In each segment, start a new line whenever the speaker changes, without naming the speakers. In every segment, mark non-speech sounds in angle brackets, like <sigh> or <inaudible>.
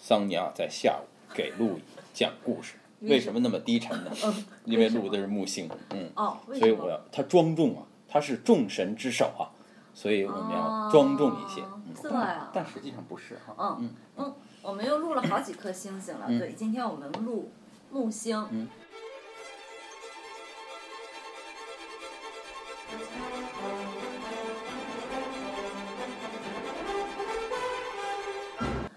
桑尼亚在下午给路易讲故事。
为什
为什么那么低沉呢？
嗯
因为
什么
路的是木星，嗯，
哦，为
所以
什
我
么？
要他庄重啊，他是众神之首啊，所以我们要庄重一些。
哦
嗯
是啊
但实际上不是哈、
嗯
嗯
嗯，我们又录了好几颗星星了。对，今天我们录木星。
嗯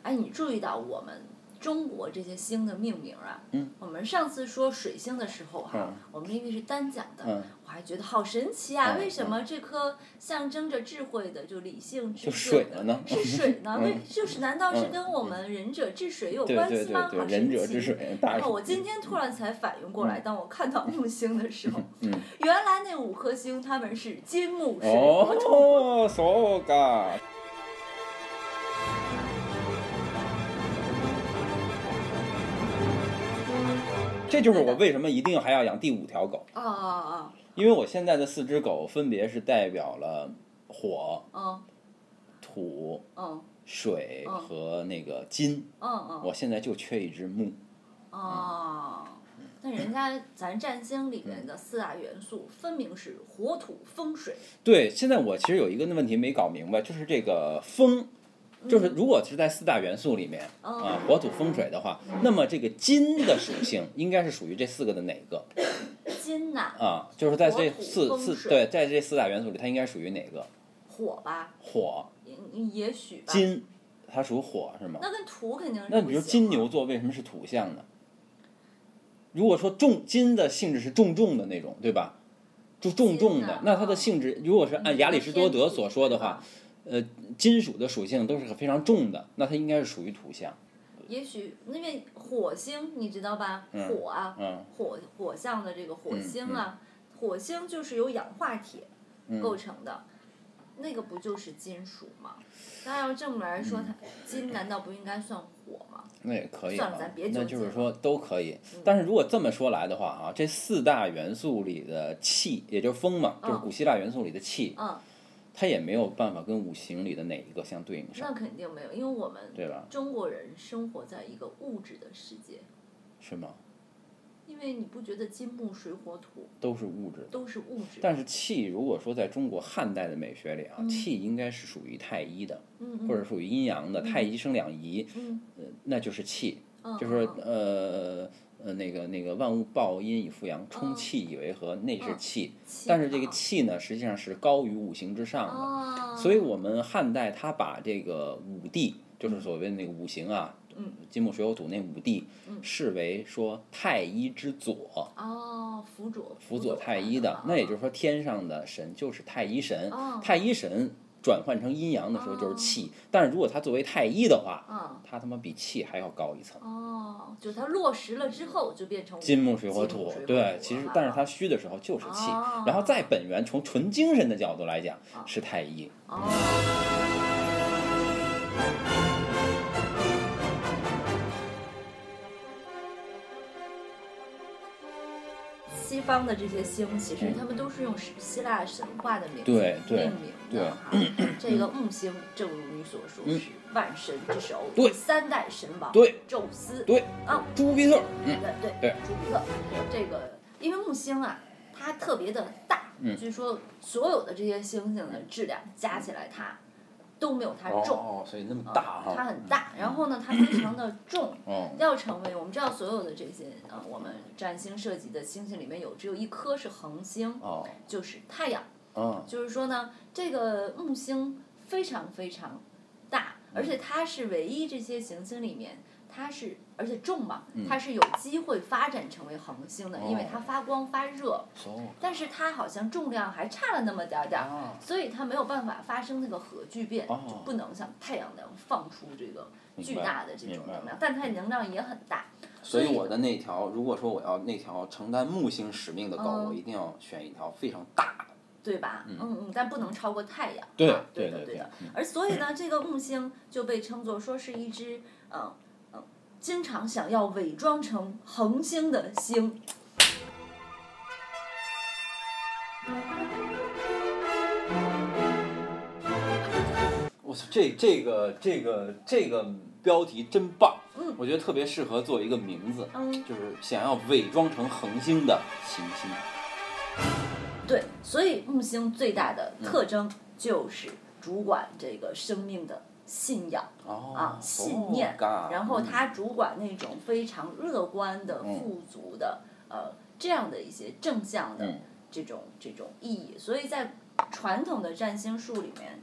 哎，你注意到我们中国这些星的命名啊？
嗯
我们上次说水星的时候哈、
嗯
我们因为是单讲的，
嗯
我还觉得好神奇啊！
嗯
为什么这颗象征着智慧的，就理性智
就
慧
水
的
了呢？ <laughs>
是水呢？
嗯
为就是难道是
嗯
跟我们忍者治水有
对
关
对
系吗？
对
好
对，
神
仁者
奇
之。水，大
哦，我今天突然才反应过来，当我看到木星的时候，
嗯
<laughs> 原来那五颗星他们是金木水火
<laughs>
土。
哦，そうか。这就是我为什么一定还要养第五条狗，
哦哦
因为我现在的四只狗分别是代表了火、
哦哦，
土、
嗯
水
嗯
和那个金。
嗯嗯
我现在就缺一只木，
哦。那人
嗯
家咱占星里面的四大元素分明是火、土、风、水。
对，现在我其实有一个问题没搞明白，就是这个风，就是如果是在四大元素里面
嗯
啊，火土风水的话，那么这个金的属性应该是属于这四个的哪个
金呐、
啊？就是在这
火土
四
风
四
水
对，在这四大元素里，它应该属于哪个？
火吧，
火、
也也许吧。
金，它属火是吗？
那跟土肯定是
那
不
比如
行
金
啊
牛座为什么是土象呢？如果说重金的性质是重重的那种，对吧？就重重
金
的
的，啊
那它的性质如果是按亚里士多德所说的话，，呃
嗯
金属的属性都是非常重的，那它应该是属于土象。
也许因为火星你知道吧？
嗯
火啊，
嗯
火火象的这个火星啊，火星就是由氧化铁
嗯
构成的，那个不就是金属吗？那要这么来说，它金难道不应该算火吗？
嗯那也可以
算了
啊
咱别
那
纠结
就是
了嗯
说都可以。但是如果这么说来的话啊，这四大元素里的气，也就是风嘛，就是古希腊元素里的气，
嗯，
它也没有办法跟五行里的哪一个相对应上，
那肯定没有，因为我们
对吧？
中国人生活在一个物质的世界，
是吗？
因为你不觉得金木水火土
都是物质的。
都是物质？
但是气，如果说在中国汉代的美学里啊，气应该是属于太一的，
嗯
或者属于阴阳的，太一生两仪，
嗯
呃那就是气。
嗯，
就是说
嗯嗯
呃呃那个那个万物抱阴以复阳，充
嗯
气以为和，那是
嗯
气。
气
但是这个
场
气呢，实际上是高于五行之上
哦
的，所以我们汉代他把这个五帝，就是所谓的那个五行啊，
嗯
金木水火土那五帝，视为说太一之左。
哦，辅佐
辅佐太一的，那也
嗯
就是说天上的神就是太一神，
啊哦
太一神转换成阴阳的时候就是气，但是如果他作为太一的话，
嗯
他他妈比气还要高一层。
哦，就是它落实了之后就变成
金木水火
金木
土
水火，
对
土，
其实
了
但是它虚的时候就是气
哦，
然后在本源从纯精神的角度来讲是太一，
哦，西方的这些星，其实他们都是用希腊神话的名字
嗯对对嗯
命名的哈。这个木星，正如你所说，是万神之首，
对
三代神王，
对，
宙斯，
对，
啊，
朱庇特，嗯，
对对
对
朱庇特这个，因为木星啊，它特别的大，
嗯
据说所有的这些星星的质量加起来它都没有它
哦
重，，
所以那么
啊哦它很
嗯
大，然后呢它非常的重。
哦，
要成为我们知道所有的这些呃，我们占星涉及的星星里面有只有一颗是恒星，
哦，
就是太阳。
哦，
就是说呢，这个木星非常非常大，而
嗯
且它是唯一这些行星里面，它是而且重嘛，
嗯
它是有机会发展成为恒星的，因为
哦
它发光发热，但是它好像重量还差了那么点儿点儿，
哦
所以它没有办法发生那个核聚变，
哦
就不能像太阳那样放出这个巨大的这种能
明白嗯
量，但它的能量也很大，
所
所
以我的那条，如果说我要那条承担木星使命的狗，
嗯
我一定要选一条非常大的。
对吧？嗯嗯，但不能超过太阳。
对
啊对
对
的
对嗯
的。而所以呢，这个木星就被称作说是一只嗯嗯，经常想要伪装成恒星的星。
我操，这这个这个这个标题真棒，
嗯
我觉得特别适合做一个名字，
嗯，
就是想要伪装成恒星的行星。
对，所以木星最大的特征就是主管这个生命的信仰。
哦，
啊信念
God，
然后
嗯
他主管那种非常乐观的、富足的，呃，这样的一些正向的
嗯
这种这种意义。所以在传统的占星术里面，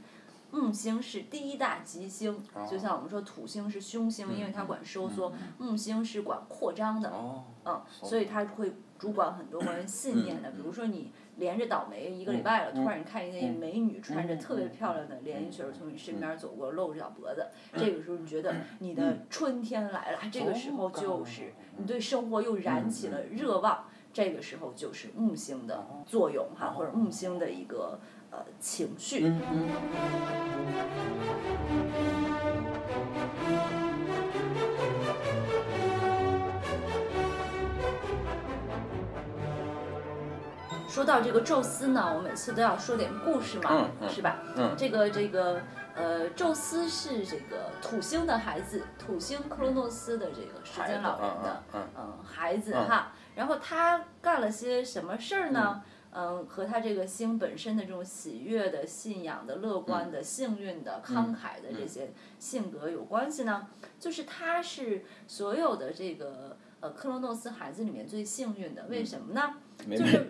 木星是第一大吉星，
哦
就像我们说土星是凶星，因为它管收缩，
嗯
木星是管扩张的，
哦，
嗯，所以它会主管很多关于信念的，
嗯
比如说你连着倒霉一个礼拜了，
嗯
突然你看见一美女穿着特别漂亮的连衣裙儿从你
嗯
身边走过，露着小脖子，这个时候你觉得你的春天来了，这个时
哦
候就是
嗯
你对生活又燃起了热望，这个时候就是木星的
哦
作用哈，或者木星的一个呃情绪。
嗯嗯，
说到这个宙斯呢，我每次都要说点故事嘛，
嗯嗯
是吧？
嗯
这个这个呃，宙斯是这个土星的孩子，土星克罗诺斯的这个时间老人的
嗯嗯
嗯、孩子哈。然后他干了些什么事儿呢？嗯，和他这个星本身的这种喜悦的、信仰的、乐
嗯
观的、幸运的、慷慨的这些性格有关系呢？就是他是所有的这个呃克罗诺斯孩子里面最幸运的，为
嗯
什么呢？
没
就是嗯
没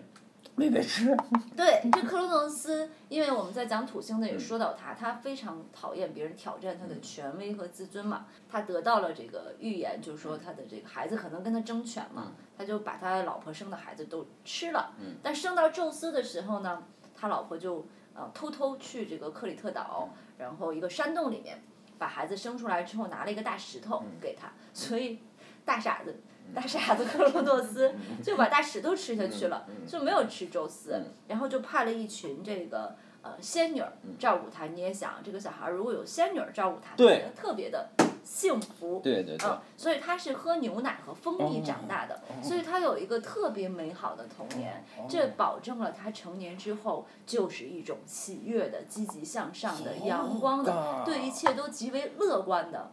没得吃，
对，这克罗诺斯，因为我们在讲土星
嗯
的也说到他，他非常讨厌别人挑战他的权威和自尊嘛。他得到了这个预言，就是
嗯
说他的这个孩子可能跟他争权嘛，他就把他老婆生的孩子都吃了。
嗯
但生到宙斯的时候呢，他老婆就呃偷偷去这个克里特
嗯
岛，然后一个山洞里面把孩子生出来之后，拿了一个大石头
嗯
给他，所以大傻子。大傻子克罗诺斯
嗯
就把大石头吃下去了，就没有吃宙斯，然后就派了一群这个呃仙女儿照顾他。你也想，这个小孩儿如果有仙女儿照顾他，
嗯
他
对
觉得特别的幸福。
对对对
嗯，，所以他是喝牛奶和蜂蜜长大的，
哦
所以他有一个特别美好的童年，这保证了他成年之后就是一种喜悦的、积极向上的、阳光的，
God
对一切都极为乐观的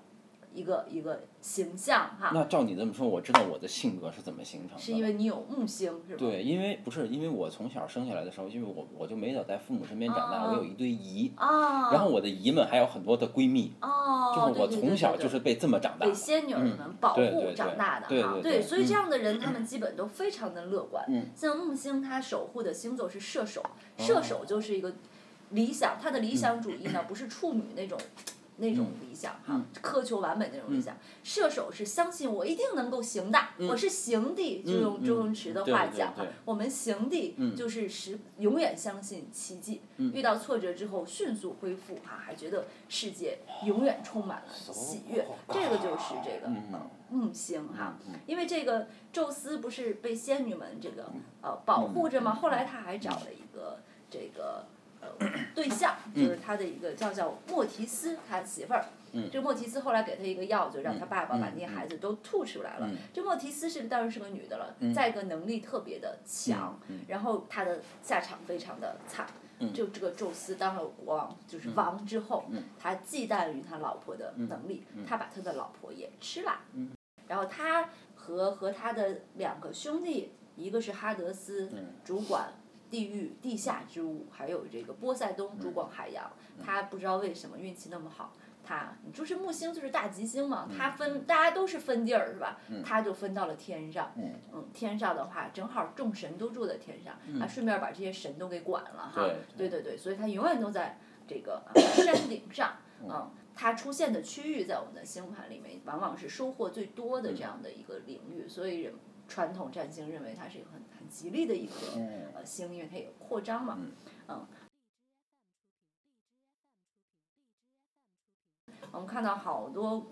一个一个形象哈。
那照你这么说，我知道我的性格是怎么形成的。
是因为你有木星是吧？
对，因为不是因为我从小生下来的时候，因为我我就没早在父母身边长大，
啊
我有一堆姨，
啊，
然后我的姨们还有很多的闺蜜，
哦，
就是
对
我
对对
从小
对对
就是被这么长大
被
的。嗯
仙女儿们保
对对
护
对
长大的
对
哈
对，对
对，所以
嗯
这样的人他们基本都非常的乐观
嗯。哦
像木星，它守护的星座是射手，射手就是一个理想，他的理
嗯
想主义呢不是处女那种。那种理想哈，
嗯
苛求完美那种理想，射手是相信我一定能够行的，
嗯
我是行的，就用周星驰的
对
话
对
讲哈啊
对，嗯
我们行的就是时永远相信奇迹，遇到挫折之后迅速恢复哈，还觉得世界永远充满了
哦
喜悦，这个就是这
嗯
个呃木星哈，因为这个宙斯不是被仙女们这个
嗯
呃保护着吗？后来他还找了一个这个呃对象，
嗯
就是他的一个叫叫莫提斯，他媳妇儿。
嗯
这莫提斯后来给他一个药，就让他爸爸把那些孩子都吐出来了。
嗯
这莫提斯是当时是个女的了，再一个能力特别的强，然后她的下场非常的惨。就这个宙斯当了国王，就是王之后，他忌惮于他老婆的能力，他把他的老婆也吃了。然后他和和他的两个兄弟，一个是哈德斯，主管地狱、地下之物，还有这个波塞冬主管海洋。他不知道为什么运气那么好，他你就是木星就是大吉星嘛，他分大家都是分地儿是吧？他就分到了天上，嗯，天上的话正好众神都住在天上，啊，顺便把这些神都给管了哈
对。
对对对，所以他永远都在这个啊山顶上，嗯。它出现的区域在我们的星盘里面，往往是收获最多
嗯
的这样的一个领域，所以人传统占星认为它是一个很很吉利的一颗
嗯
呃星，因为它有扩张嘛。嗯我们看到好多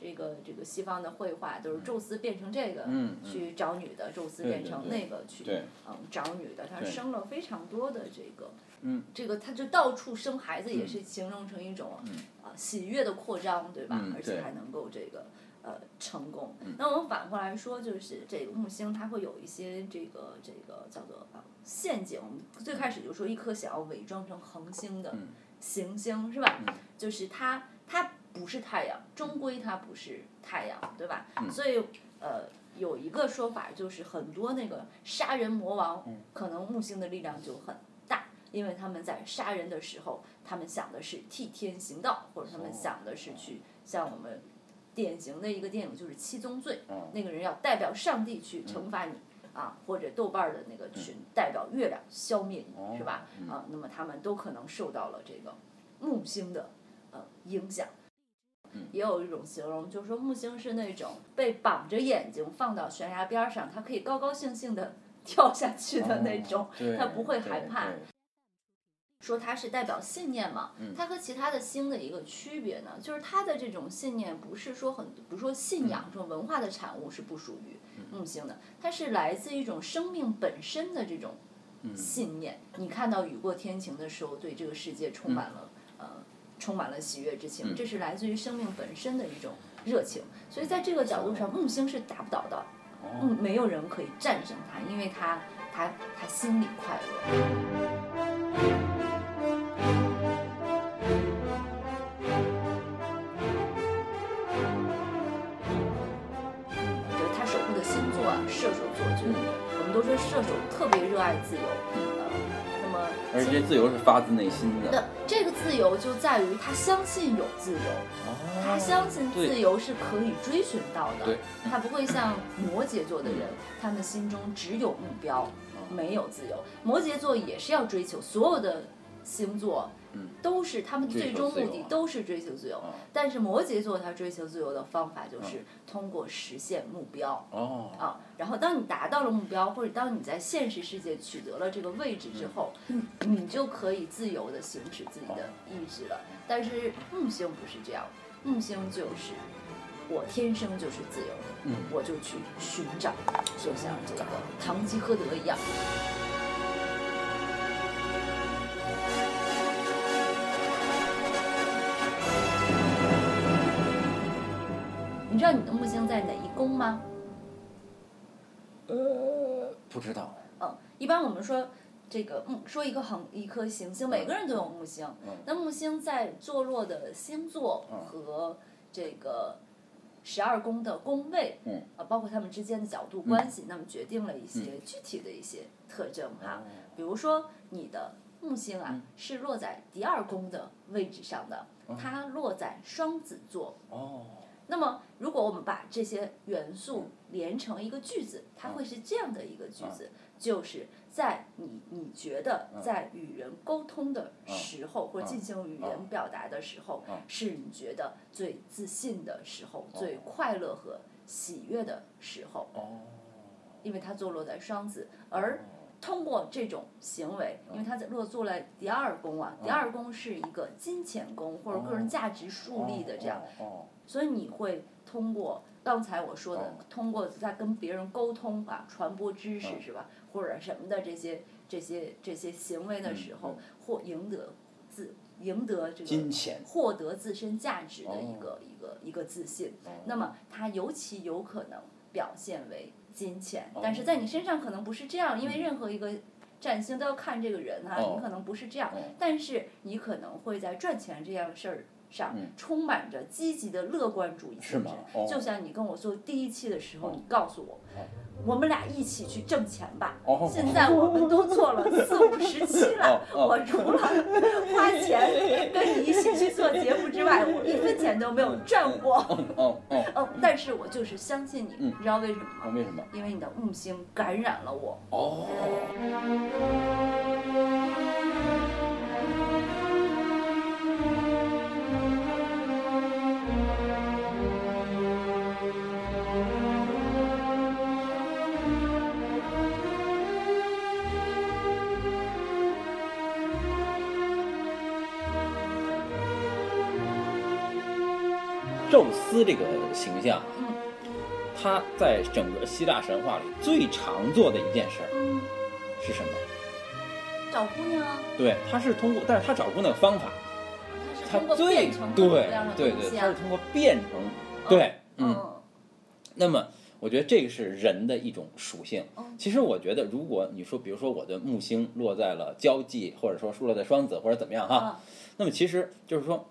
这个这个西方的绘画，都是宙斯变成这个、
嗯嗯
去找女的，宙斯
对
变
对
成
对
那个去
对
嗯找女的，他
对
生了非常多的这个。
嗯，
这个他就到处生孩子，也是形容成一种啊、喜悦的扩张，对吧？
嗯
而且
对嗯
还能够这个呃成功。那我们反过来说，就是这个木星它会有一些这个这个叫做啊陷阱。我们最
嗯
开始就
嗯
说一颗想要伪装成恒星的行星是吧？就是它它不是太阳，终归它不是太阳，对吧？所以呃，有一个说法就是很多那个杀人魔王，可能木星的力量就很大，因为他们在杀人的时候，他们想的是替天行道，或者他们想的是去像我们典型的一个电影就是《七宗罪》，那个人要代表上帝去惩罚你。啊，或者豆瓣儿的那个群代表月亮消灭你，是吧？啊，那么他们都可能受到了这个木星的呃影响。
嗯
也有一种形容，就是说木星是那种被绑着眼睛放到悬崖边儿上，它可以高高兴兴的跳下去的那种，
哦对
他不会害
对
怕
对嗯
说它是代表信念嘛，它和其他的星的一个区别呢，就是它的这种信念不是说很，比如说
嗯
信仰这种文化的产物是不属于木星的，它是来自一种生命本身的这种信念。你看到雨过天晴的时候，对这个世界充满了、呃充满了喜悦之情，这是来自于生命本身的一种热情。所以在这个角度上，木星是打不倒的，嗯，没有人可以战胜它，因为它它它心里快乐。就是他守护的星座啊，射手座，就是我们都说射手特别热爱自由，呃，那么
而
其
且这自由是发自内心的。
那这个自由就在于他相信有自由，
哦
他相信
对
自由是可以追寻到的
对，嗯
他不会像摩羯座的人，他们心中只有目标，没有自由。摩羯座也是要追求，所有的星座
嗯，
都是他们最终
追
目
求自由
的
啊
都是追求自由
哦。
但是摩羯座他追求自由的方法
嗯
就是通过实现目标。
哦，
啊，然后当你达到了目标，或者当你在现实世界取得了这个位置之后，你就可以自由的行使自己的意志了。但是木星不是这样，木星就是我天生就是自由的，
嗯
我就去寻找，就像这个堂吉诃德一样。你知道你的木星在哪一宫吗？
呃不知道。
嗯，一般我们说这个木说一个恒一颗行星，每个人都有木星。那木星在坐落的星座和这个十二宫的宫位，
嗯
啊，包括它们之间的角度关系，那么决定了一些具体的一些特征哈。比如说你的木星啊，是落在第二宫的位置上的，它落在双子座。
哦，
那么，如果我们把这些元素连成一个句子，它会是这样的一个句子，就是在你你觉得在与人沟通的时候，或者进行语言表达的时候，是你觉得最自信的时候，最快乐和喜悦的时候。
哦，
因为它坐落在双子，而通过这种行为，因为它在落坐在第二宫啊，第二宫是一个金钱宫或者个人价值树立的这样，
哦，
所以你会通过刚才我说的
哦，
通过在跟别人沟通啊，传播知
嗯
识是吧，或者什么的这些这些这些行为
嗯
的时候，或赢得自赢得这
金
个
钱
获得自身价值的一个
哦
一个一个自信。那么它尤其有可能表现为金钱，但
哦
是在你身上可能不是这样，
嗯
因为任何一个。占星都要看这个人哈、
哦
你可能不是这样，
哦
但是你可能会在赚钱这件事儿上、充满着积极的乐观主义
嗯是
精
吗
神。
哦
就像你跟我说第一期的时候，你告诉我、我们俩一起去挣钱吧。
哦
现在我们都做了四五十期了，
哦哦
我除了花钱跟你一起去做节目之外，我一分钱都没有赚过。
哦哦，
哦，但是我就是相信你，你知道为什么
哦
吗？
为什么？
因为你的木星感染了我。
哦，宙斯这个形象，啊
嗯
他在整个希腊神话里最常做的一件事儿
嗯，
是什么？
找姑娘啊，
对，他是通过，但是他找出那个方法，
它是
他
通过
最
变成各
对
种各样的
对
东
对，
西
他是
啊。
通过变成对，嗯，
嗯
那么我觉得这个是人的一种属性
嗯。
其实我觉得，如果你说，比如说我的木星
哦
落在了交际，或者说落在双子，或者怎么样哈，那么其实就是说，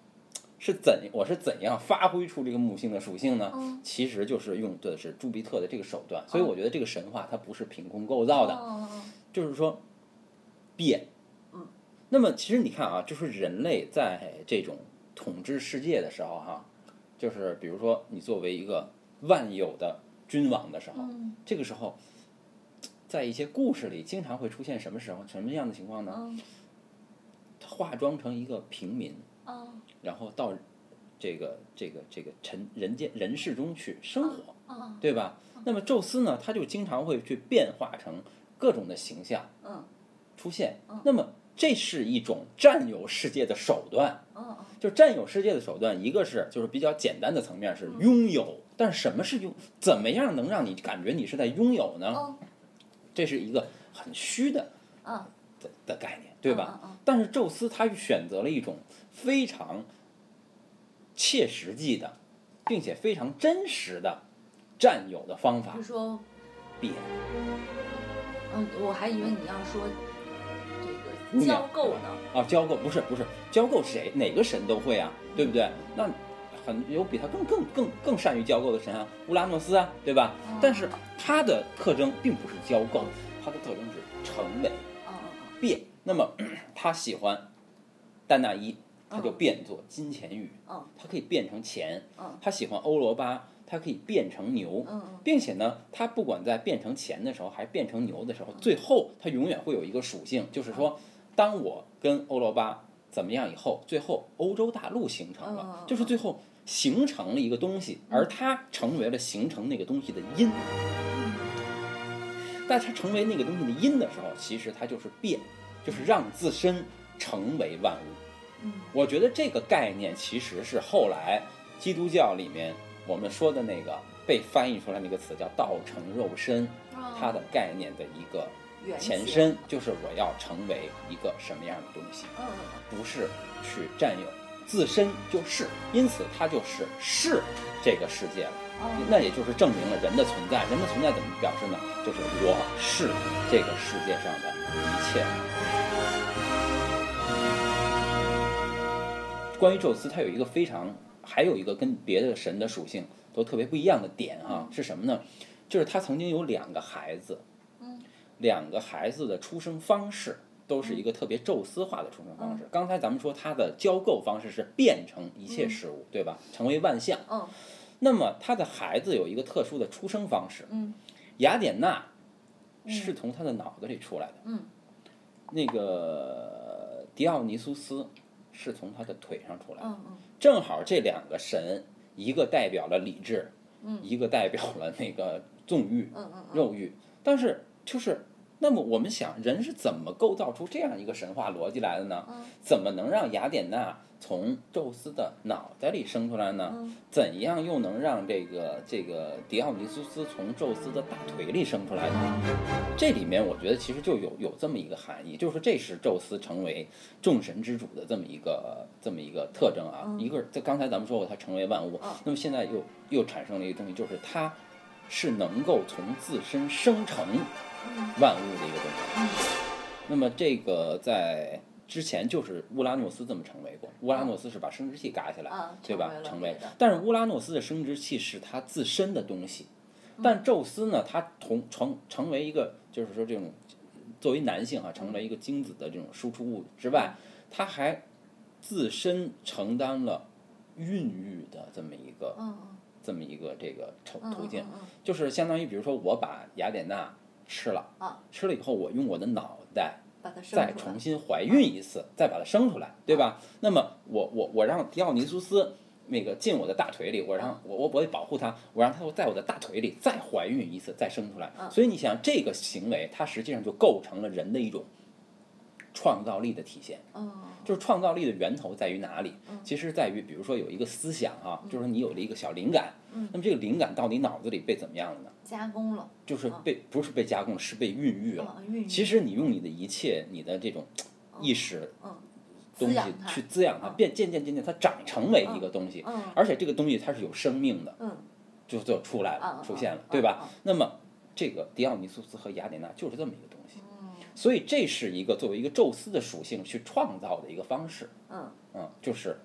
是怎我是怎样发挥出这个木星的属性呢？
嗯
其实就是用的是朱庇特的这个手段，所以我觉得这个神话它不是凭空构造的，
哦哦
就是说变。
嗯，
那么其实你看啊，就是人类在这种统治世界的时候哈、就是比如说你作为一个万有的君王的时候，
嗯
这个时候，在一些故事里经常会出现什么时候什么样的情况呢？
嗯
他化妆成一个平民，
哦
然后到这个这个这个尘人间人世中去生活，
哦
对吧？那么宙斯呢，他就经常会去变化成各种的形象
嗯
出现
嗯。
那么这是一种占有世界的手段，
哦哦
就占有世界的手段，一个是就是比较简单的层面是拥有，但是什么是拥？怎么样能让你感觉你是在拥有呢？
哦
这是一个很虚的
嗯
的的概念，对吧？
嗯嗯
但是宙斯他选择了一种非常切实际的，并且非常真实的占有的方
嗯
法
就，说
变
嗯，我还以为你要说这
姑
个
娘
交媾
对吧
呢。
啊，交媾不是不是交媾谁哪个神都会啊，对不对？那很有比他更更更更善于交媾的神啊，乌拉诺斯啊，对吧？
嗯
但是他的特征并不是交媾，他的特征是成为
哦哦
变。那么 <clears throat> 他喜欢丹娜伊，他
嗯
就变作金钱玉，
哦
他可以变成钱。
嗯
他喜欢欧罗巴，他可以变成牛，
嗯嗯
并且呢，他不管在变成钱的时候，还是变成牛的时候，最后他永远会有一个属性，就是说，
嗯
当我跟欧罗巴怎么样以后，最后欧洲大陆形成
嗯嗯
了
嗯，
就是最后形成了一个东西，而它成为了形成那个东西的因。
嗯
但它成为那个东西的因的时候，其实它就是变，就是让自身成为万物。
嗯
我觉得这个概念其实是后来基督教里面我们说的那个被翻译出来那个词叫“道成肉身”，
哦
它的概念的一个
原型
前身，就是我要成为一个什么样的东西，
嗯嗯
不是去占有，自身就是，因此它就是是这个世界了。
嗯
那也就是证明了人的存在。人的存在怎么表示呢？就是我是这个世界上的一切。关于宙斯，他有一个非常，还有一个跟别的神的属性都特别不一样的点哈、是什么呢？就是他曾经有两个孩子，
嗯
两个孩子的出生方式都是一个特别宙斯化的出生方式。刚才咱们说他的交媾方式是变成一切事物，对吧？成为万象。
嗯
那么他的孩子有一个特殊的出生方式，
嗯
雅典娜是从他的脑子里出来的，
嗯
那个迪奥尼苏斯是从他的腿上出来的，
嗯嗯
正好这两个神，一个代表了理智，
嗯
一个代表了那个纵欲、
嗯嗯嗯
肉欲，但是就是。那么我们想，人是怎么构造出这样一个神话逻辑来的呢？
嗯
怎么能让雅典娜从宙斯的脑袋里生出来呢？
嗯
怎样又能让这个这个迪奥尼苏斯从宙斯的大腿里生出来呢？这里面我觉得其实就有有这么一个含义，就是说这是宙斯成为众神之主的这么一个这么一个特征啊。一个在刚才咱们说过，他成为万物，
嗯
那么现在又又产生了一个东西，就是他是能够从自身生成
嗯
万物的一个东西。
嗯
那么这个在之前就是乌拉诺斯这么成为过，乌拉诺斯是把生殖器嘎起来，
啊
对吧？
成
成
为了
为
别的，
但是乌拉诺斯的生殖器是他自身的东西，
嗯
但宙斯呢，他同成成为一个就是说这种作为男性啊，成为一个精子的这种输出物之外，
嗯
他还自身承担了孕育的这么一个
嗯
这么一个这个途
嗯
途径，
嗯嗯
就是相当于比如说我把雅典娜吃了，
啊
吃了以后我用我的脑袋。
把它生
再
出来啊
重新怀孕一次，再把它生出来，对吧？那么我我我让迪奥尼苏斯那个进我的大腿里，我让我我我得保护它，我让它在我的大腿里再怀孕一次，再生出来。
嗯
所以你想，这个行为它实际上就构成了人的一种创造力的体现。
嗯
就是创造力的源头在于哪里？其实在于，比如说有一个思想啊，
嗯
就是你有了一个小灵感，那么这个灵感到你脑子里被怎么样了呢？
加工了
就是被不是被加工，是被孕育了。
啊嗯孕育
其实你用你的一切，你的这种意识
嗯
东
滋
西
养它
去滋养它，
嗯
变渐渐渐渐它长成为一个东西，
嗯
而且这个东西它是有生命的，
嗯
就就出来
嗯
了
嗯，
出现了
嗯，
对吧
嗯？
那么这个迪奥尼苏斯和雅典娜就是这么一个东西，
嗯
所以这是一个作为一个宙斯的属性去创造的一个方式，
嗯
嗯，就是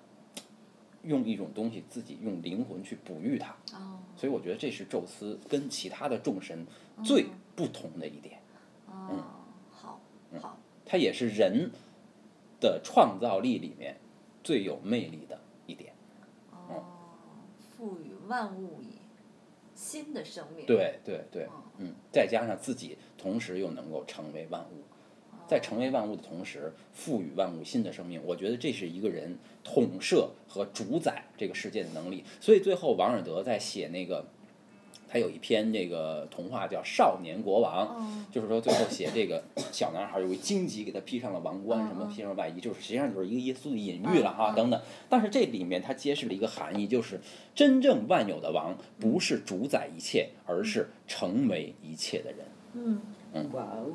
用一种东西自己用灵魂去哺育它。
哦，
所以我觉得这是宙斯跟其他的众神
嗯
最不同的一点，
哦，好，好，
它也是人的创造力里面最有魅力的一点。
哦，赋予万物以新的生命。
对对对
哦，
嗯，再加上自己同时又能够成为万物，在成为万物的同时，赋予万物新的生命。我觉得这是一个人统摄和主宰这个世界的能力。所以最后王尔德在写那个，他有一篇这个童话叫《少年国王》，
哦，
就是说最后写这个小男孩有个荆棘给他披上了王冠，
嗯
什么
嗯
披上外衣，就是实际上就是一个耶稣的隐喻了哈、
嗯嗯
等等。但是这里面它揭示了一个含义，就是真正万有的王
嗯
不是主宰一切，而是成为一切的人。
嗯，
哇哦，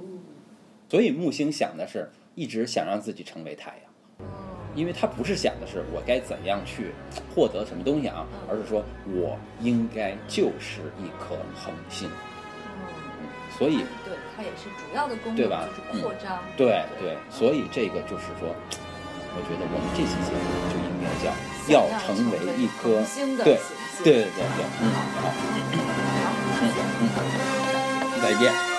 所以木星想的是一直想让自己成为太阳。因为他不是想的是我该怎样去获得什么东西啊
嗯，
而是说我应该就是一颗恒星，
嗯，
嗯所以
对，它也是主要的功能
对吧嗯
就是扩张。
对对，所以这个就是说，我觉得我们这期节目就应该叫要成为一颗
恒，星的
对
形象
对对对，嗯，好，
好，谢谢。
再见。
嗯